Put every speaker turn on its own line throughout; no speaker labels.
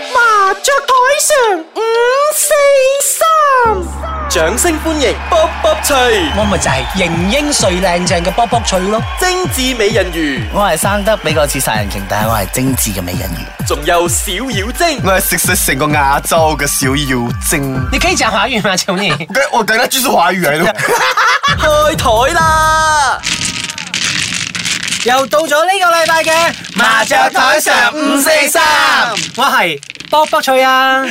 雀台上五四三，掌聲歡迎卜卜脆，
我咪就係型英帥靚正嘅卜卜脆咯。
精緻美人魚，
我係生得比較似殺人鯨，但係我係精緻嘅美人魚。
仲有小妖精，
我係食食成個亞洲嘅小妖精。
你可以講華語嗎，求你？
我我等下繼續華語嚟咯。
開台啦！
又到咗呢個禮拜嘅
麻雀台上五四三
我係卜卜脆啊！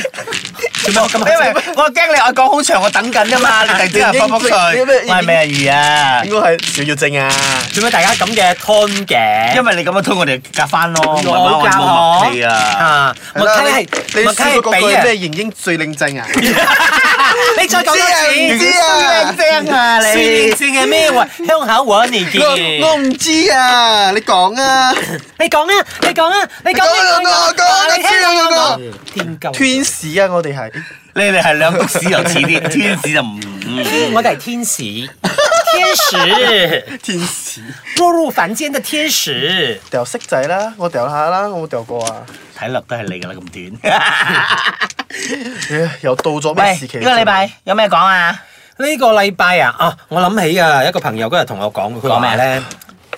做咩我咁
因為我驚你我講好長，我等緊㗎 嘛，你突然之間卜卜脆，我係咩魚啊？應該係小妖精啊。
做咩大家咁嘅 tone 嘅？
因為你咁樣推我哋夾翻咯，唔係
我
我哋
教
冇默
我
契啊。
啊！
係
默
啦
契係
你
默契
試過嗰
係
句
俾啊！
咩型英最靚正啊？
你再講多次，
唔知啊唔知
正啊
你
最靚正係咩話？鄉口話你見，
我我唔知啊，你講 啊。
你講啊，你講啊，你講啊，
講啊講啊
你聽
講啊講啊
我講，天狗，
天使啊，我哋係。
你哋係兩篤屎又似 啲，天使就唔嗯唔
我哋係天使，天 使
天使
落入凡間嘅天使，
掉色仔啦，我掉下啦，我冇掉過啊。
睇落都係你㗎啦，咁短。
唉又到咗咩
喂，
時期？
呢個禮拜有咩講
à?
啊？
呢個禮拜啊，啊，我諗起啊，一個朋友嗰日同我講，佢
講
話
咩
咧，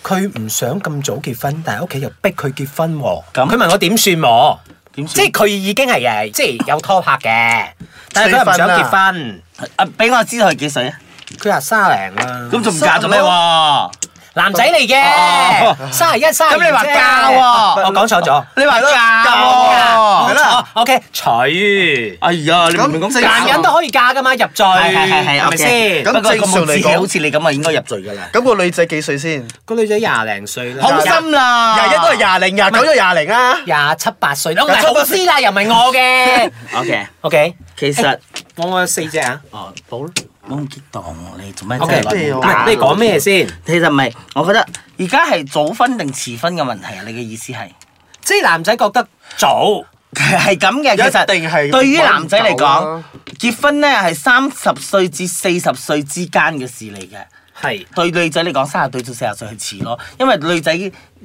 佢唔想咁早結婚，但係屋企又逼佢結婚喎。
咁
佢問我點算喎？
點
即
算
係佢已經係誒，即係有拖拍嘅，但係佢又唔想
四
結
分
婚。
啊，俾我知道佢幾歲啊？
佢話卅零啦，
咁仲唔嫁咗咩喎？
男仔嚟
哦
嘅，三十一、三
咁你話嫁喎
我講錯咗，
你話嫁
嫁
喎？
係啦，OK，娶。
哎呀，你明明咁
咁
男人都可以嫁噶嘛，入贅
係係係係
係咪
OK
先？
咁
不過個母子
正常嚟講
好似你咁啊，應該入罪㗎啦。
咁個女仔幾歲先？
個女仔廿零歲啦，
好心啦，
廿一都係廿零，廿九都係廿零啦。
廿七八歲啦，唔
廿七
係
八
好師奶又唔係 我嘅。
OK，
OK，
其實
講我四隻啊。
哦，好，我唔激動，你做咩真係
OK，唔
真係
亂
係
唔
打
你講咩先？
其實唔係，我覺得而家係早婚定遲婚嘅問題啊！你嘅意思係？
即係男仔覺得早，
係咁嘅，其實
一定係
對於男仔嚟
揾唔到啦
講，結婚咧係三十歲至四十歲之間嘅事嚟嘅。
係
對女仔嚟講，三十歲到四十歲係遲咯，因為女仔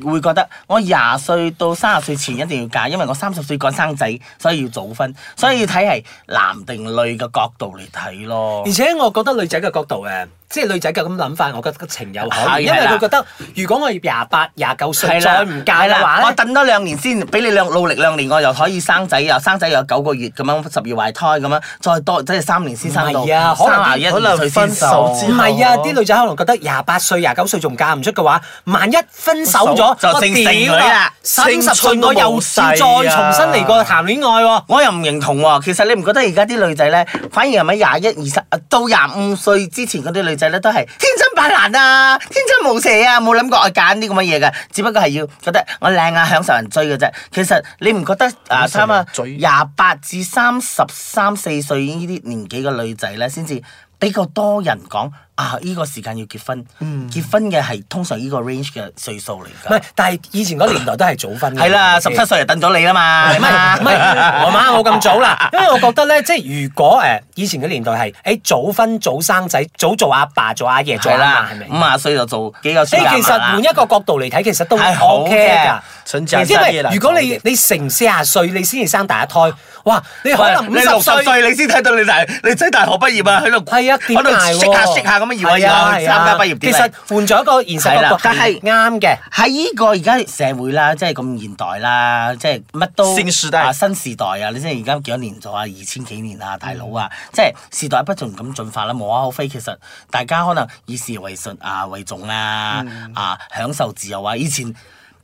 會覺得我廿歲到三十歲前一定要嫁，因為我三十歲趕生仔，所以要早婚，所以要睇係男定女嘅角度嚟睇咯
而。且我覺得女仔嘅角度誒，即係女仔嘅咁諗法，我覺得情有可
係
原，因為
係啦
佢覺得如果我廿八、廿九歲
係
再
啦，
唔嫁嘅話
係啦我
咧，
等多兩年先，俾你兩努力兩年，我又可以生仔，又生仔又有九個月咁樣，十月懷胎咁樣，再多即係三年先生到。
唔係啊可能
三十一
可能
歲先
分手之
生
唔係啊，啲女仔可能覺得廿八歲、廿九歲仲嫁唔出嘅話，萬一分手咗，
就
我
正
屌
剩女啦
三十歲
青春
我
都
又
冇
試
晒
再
啊
重新嚟過談戀愛喎。
我又唔認同喎、其實你唔覺得而家啲女仔咧，反而係咪廿一、二十啊到廿五歲之前嗰啲女仔咧，都係天真扮爛啊、天真無邪啊，冇諗過我揀啲咁嘅嘢嘅，只不過係要覺得我靚啊，享受人追嘅啫。其實你唔覺得啊，
享受
差
人
啊
追
廿八至三十三四歲呢啲年紀嘅女仔咧，先至比較多人講啊，呢、個時間要結婚，
嗯
結婚嘅係通常呢個 range 嘅歲數嚟
唔
㗎
係。，但係以前嗰年代都係早婚嘅。
係啦，十
係咪
七歲就等咗你啦嘛，
唔係唔係，我媽冇咁早啦，因為我覺得咧，即係如果誒、呃以前嘅年代係誒早婚早生仔，早做阿爸做阿爺做
係
阿
啦
嫲係，咪？
五啊歲就做幾個暑
所以
假
其實換一個角度嚟睇，其實都
係好
OK 㗎
嘅。
蠢仔
因為如果你你成四十歲你先至生第一胎，哇！你可能五
你六
十
十
歲。
歲你先睇到你大你仔大學畢業啊，喺度
係啊，點
喺度
解喎
識下識下咁樣搖啊
係
搖
啊
啊，去
係
參
啊
加畢業典禮。
其實換咗一個現實
係
角
啦
度
但
係
係
啱嘅。
喺呢個而家社會啦，即係咁現代啦，即係乜都
新時代
啊，新時代啊！你知而家幾多年咗啊？二千幾年啊，大佬啊！即係時代不斷咁進化啦，無可厚非。其實大家可能以事為順啊，為重啊，啊享受自由啊！以前。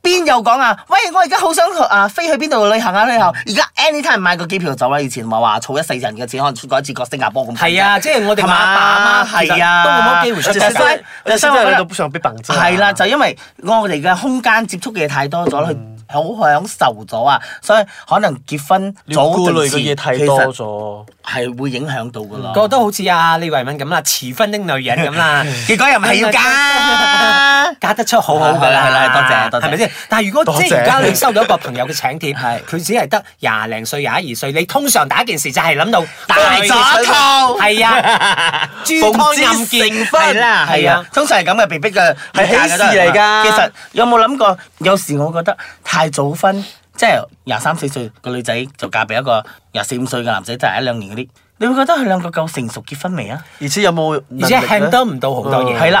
邊有講啊？喂，我而家好想去啊，飛去邊度旅行啊？旅行而家 anytime 買個機票就走啦。以前話話儲一世人嘅錢，可能出過一次國新加坡咁。
係啊，即係我
係
哋話
嘛
阿爸阿媽其實
係啊
都冇乜機會出
我
街
就係
但係
我覺
我
得
哋都不想被綁架。
係啦，就因為我哋嘅空間接觸嘅嘢太多咗，佢
嗯
好享受咗啊，所以可能結婚
你要
早
顧慮
定遲，
嘅嘢太
其
多嗯
實
咗。
係會影響到噶啦。
個都好似阿李慧敏咁啦，遲婚的女人咁 啦，
結果又唔係要嫁，
嫁得出好好㗎啦，
係啦係啦多謝多謝
係咪先？但係如果
多謝
即係而家你收到一個朋友嘅請帖，佢只係得廿零歲、廿一二歲，你通常第一件事就係諗到
大咗套
係啊，珠湯暗結
係啦，係啊，，通常係咁嘅，被逼嘅啊
係喜事嚟㗎
其實有冇諗過？有時我覺得太早婚即係廿三四歲個女仔就嫁俾一個廿四五歲嘅男仔，就係一兩年嗰啲，你會覺得佢兩個夠成熟結婚未啊？
而且有冇
而
能力
且
呢
handle 唔到好多嘢。
係啦。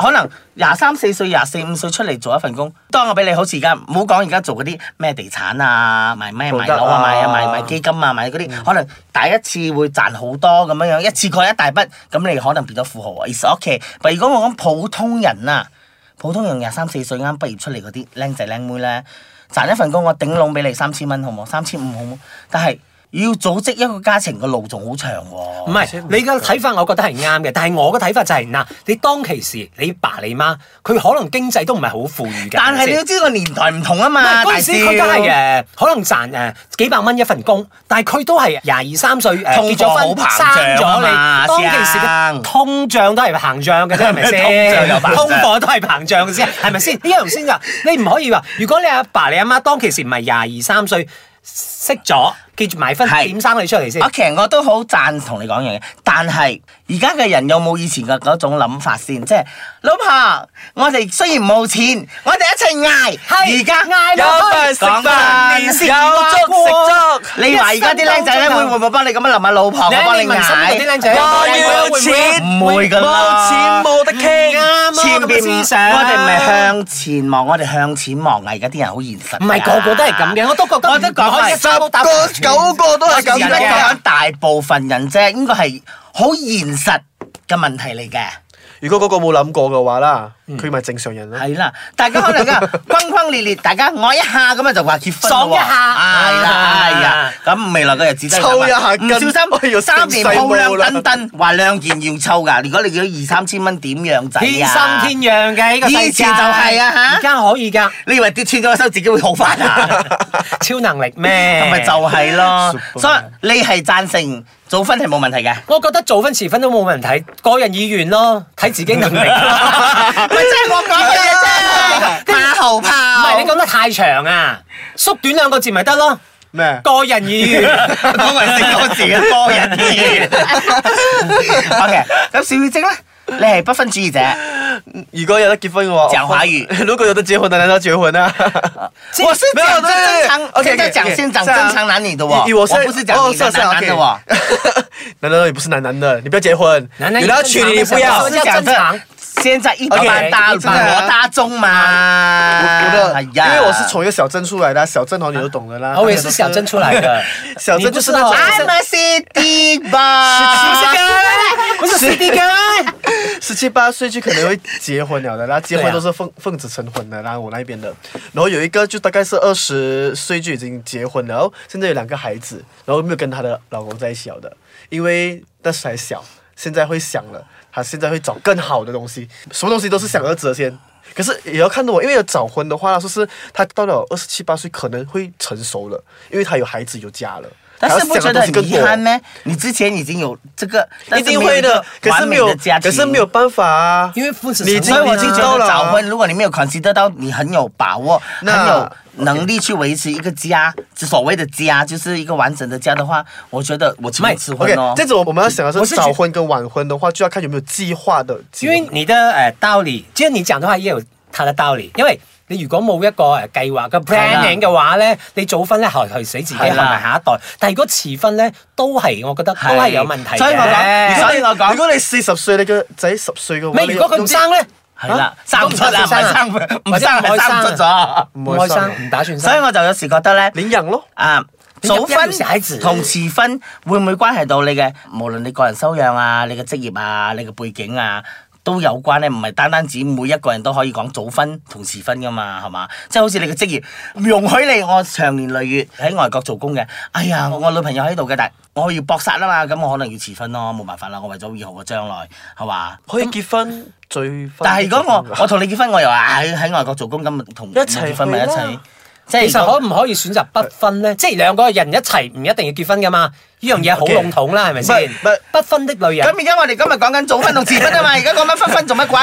可能廿三四歲、廿四五歲出嚟做一份工，當我俾你好似而家唔好講而家做嗰啲咩地產啊、賣咩賣
道德
樓啊、
啊
賣啊賣賣基金啊、賣嗰
嗯
啲，可能第一次會賺好多咁樣樣，一次過一大筆，咁你可能變咗富豪啊。It's OK，但如果我講普通人啊，普通人廿三四歲啱畢業出嚟嗰啲僆仔僆妹咧，賺一份工我頂籠俾你三千蚊好冇？三千五好冇？但係要組織一個家庭個路仲好長喎、
唔係，你嘅睇法我覺得係啱嘅，但係我嘅睇法就係、嗱，你當其時你爸你媽，佢可能經濟都唔係好富裕嘅，
但係你
係咪
都
先
知道個年代唔同啊
唔係
嘛，
嗰
大
陣時
少
佢都係誒，可能賺誒幾百蚊一份工，但係佢都係廿二三歲誒
通貨
結咗婚，
好膨
生
脹啊
咗
嘛
你，當其時嘅
先
通脹都係膨脹嘅啫，係咪
通脹又膨
先？
脹
通貨都係膨脹嘅先，係咪先？呢樣先就你唔可以話，如果你阿爸你阿媽當其時唔係廿二三歲識咗結埋婚，
係
點生你出嚟先
我？其實我都好贊同你講嘢嘅，但係而家嘅人有冇以前嘅嗰種諗法先？即係老婆，我哋雖然冇錢，我哋一齊捱。
係
而家
嗌
有
落去
飯食
講
飯，
真
有粥食粥。
你話而家啲僆仔咧會唔會幫你咁樣諗下啊老婆？我
你
幫
你問心嗰啲
捱。
僆仔，
我要錢，
唔會㗎啦
冇錢冇得傾。
前
啱啊
邊唔
思想，
我哋唔係向前望，我哋向錢望啊！而家啲人好現實㗎。啊
唔係個個都係咁嘅，我都覺得
我都覺
唔可以
係
一刀打
個九個都係
而
咁
家
嘅
講緊大部分人啫，應該係好現實嘅問題嚟 嘅。
如果嗰個冇諗過嘅話啦，佢咪正常人咯。
係啦，大家可能 啊，轟轟烈烈，大家愛一下咁啊就話結婚
爽一下
係啦，
啊
係啊，咁未來嘅日子 真係
抽一下
唔
筋
小
哎
心
呦
三年
成世
鋪
冇啦
兩墩墩，話兩件要抽㗎。如果你要二三千蚊點樣仔
天
啊？
生天養嘅呢個世界，
以前就係啊嚇
而家可以㗎，
你以為跌穿咗手自己會好翻 啊？
超能力咩？
咁咪就係咯，所以你係贊成早婚係冇問題嘅。
我覺得早婚遲婚都冇問題，個人意願咯，睇自己能力。
咪即係我講嘅嘢啫，馬後炮。
唔係你講得太長啊，縮短兩個字咪得咯。
咩？
個人意願，
講埋食多字嘅多人啲嘢。OK，咁小雨晶咧，你係不分主義者，
如果有得結婚嘅話，
講華
語。 如果有得結婚，當然要結婚 啊。
我是
沒有
講
對對
正
對
常，
OK，
現在
OK，
講
OK，
先講
是啊
正常男女的喎，
以我是
不是講
哦
你的
是啊
男男的喎。
男的你不是男男的，你不要結婚。
男男
有人要娶你，你不
啊
要
我
正常。
是講
正常
真，現在一般
OK，
大
真的啊
我大眾
我
嘛。
我的，因
哎呀啊
為我是從一個小鎮出來的，小鎮好像你都懂的啦。，
我也是小鎮出來的
小鎮就是那種
你不知道
I'm a city boy。
不是 CD 哥。
十七八岁就可能会結婚 了的啦，結
對啊
婚都是奉奉子成婚的啦，我那邊的。然後有一個就大概是二十歲就已經結婚了，然後現在有兩個孩子，然後沒有跟她的老公在一起了的，因為那時還小，現在會想了，她現在會找更好的東西，什麼東西都是想兒子的先。可是也要看到我，因為有早婚的話，就是她到了二十七八歲可能會成熟了，因為她有孩子有家了。
但是不
她要
覺
想
得
的東
很
西更
遺
多。
憾咩？你之前已經有這個，但
一
是
定
沒有
會
個
的，可是
完
没
美
有
的家，庭
可是没有办法啊，
因为父子
你已
成
经
婚
所以我
已
就
经
觉
到
得
了
早
啊
婚，如果你没有 consider 到，你很有把握，很
那
有能力去维持一个家，就所谓的家就是一个完整的家的话，我觉得我只能吃婚
OK，
哦
这。种我们要想的
我
是
是觉
早婚跟晚婚的话，就要看有没有计划的结
因为
婚。
你的呃道理，即係你講的話也有它的道理，因為你如果冇一個誒計劃嘅
啦
planning 嘅話咧，你早婚咧害害死自己，害
係啦
埋下一代。但係如果遲婚咧，都係我覺得都
係
係有問題嘅
所以我講所以我講
如果你如果你四十歲，你個仔十歲嘅話，
咩？如果佢唔生咧，
系啦，
嚇
生唔出啊，唔係生唔唔生係生唔出咗，
你
唔開
用，唔開
生
心，
唔打算生。
所以我就有時覺得咧，
領養咯。
啊。
你
早
入一
婚
條小子
同遲婚會唔會關係到你嘅，無論你個人修養啊、你嘅職業啊、你嘅背景啊，都有關咧。唔係單單指每一個人都可以講早婚同遲婚噶嘛，係嘛？即係好似你嘅職業，容許你我長年累月喺外國做工嘅。哎呀，我女朋友喺度嘅，但係我要搏殺啊嘛，咁我可能要遲婚咯，冇辦法啦，我為咗以後嘅將來係嘛。
可以結婚最快。
但係如果我我同你結婚，我又話喺喺外國做工，咁咪同
一齊
結婚咪一
去啦
齊。即係
其實
如果
可唔可以選擇不婚咧？即係兩個人一齊唔一定要結婚噶嘛。呢樣嘢好
Okay
籠統啦，係咪先
不？
不婚的女人
咁，而家我哋今日講緊早婚同遲婚啊嘛，而家講緊分婚做乜鬼？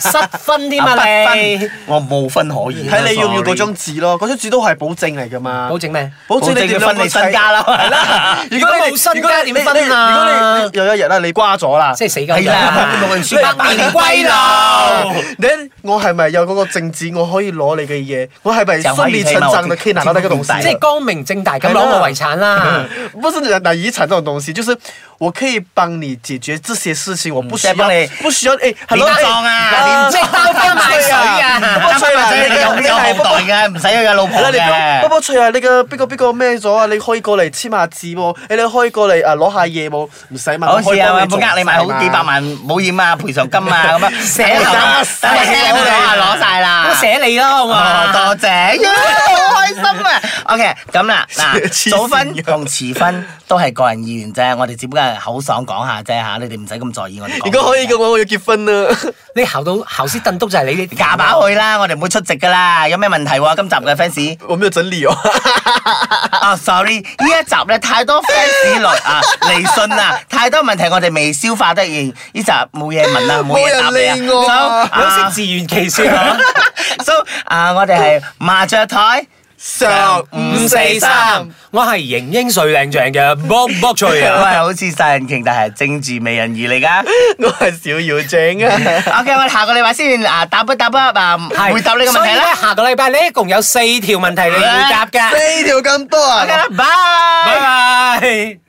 失婚添
啊
啊
不
你
分，，我冇分可以。
睇你要唔要
sorry
嗰張紙咯，嗰張紙都係保證嚟㗎嘛。
保證咩？
保證你
保證
哋
佢
兩
分
個
你身家啦
係
如果冇身家
你
點分啊
如果你有一日啦，你瓜咗啦，
即係死狗
係啦，老人書
啦，百年歸老。
Oh
你我係咪有嗰個證紙，我可以攞你嘅嘢？我係咪順理成章的可以拿到那個東西？
即係光明正大咁攞我遺產 啦。
不是拿遺產這種東西，就是我可以幫你解決這些事情，我不需要
即係幫你，
不需要誒，係
亂撞啊亂
即係兜翻賣水啊！
我
我
吹
吹
啊
啊！你有有後代嘅，唔使有有老婆
係啦，你
嘅。
波波脆啊！你個邊個邊個咩咗啊？你可以過嚟簽下字喎，你你可以過嚟啊攞下嘢冇，唔使問。
好似啊，
我可以幫
冇
做
呃你買好幾百萬保險啊、賠償金啊咁樣，寫
啊
寫攞啊攞晒 啦。
咁寫你啦，好
哦，
嘛？
多謝，呀好開心啊！OK，咁 啦，
黐
嗱，
線
早婚同遲婚都係個人意願啫，我哋只不過係口爽講下啫嚇，你哋唔使咁在意我哋講嘢。
如果可以嘅話，我要結婚啦！
你考到考師凳督就係你你
夾把去啦，我哋唔會出席噶啦，有咩問題喎？今集嘅 fans。
我沒有整理哦。
啊、s o r r y 呢一集咧太多 fans 來 啊嚟信啦，太多問題我哋未消化得完，呢集冇嘢問 啦，冇嘢答
冇人
你
理我啊
啊。
你好識自圓其說啊！
So，so 啊，我哋係麻雀台。
上
五四三，我係型英帥靚正嘅卜卜脆
我
啊！
係好似殺人鯨，但係政治美人魚嚟噶。
我係小妖 精啊！
OK，我哋下個禮拜先啊，答不答不啊，
係
回答呢個問
所以
題
咧
啦。
下個禮拜你一共有四條問題你要答㗎，
四條咁多啊
OK 啦，拜
拜拜。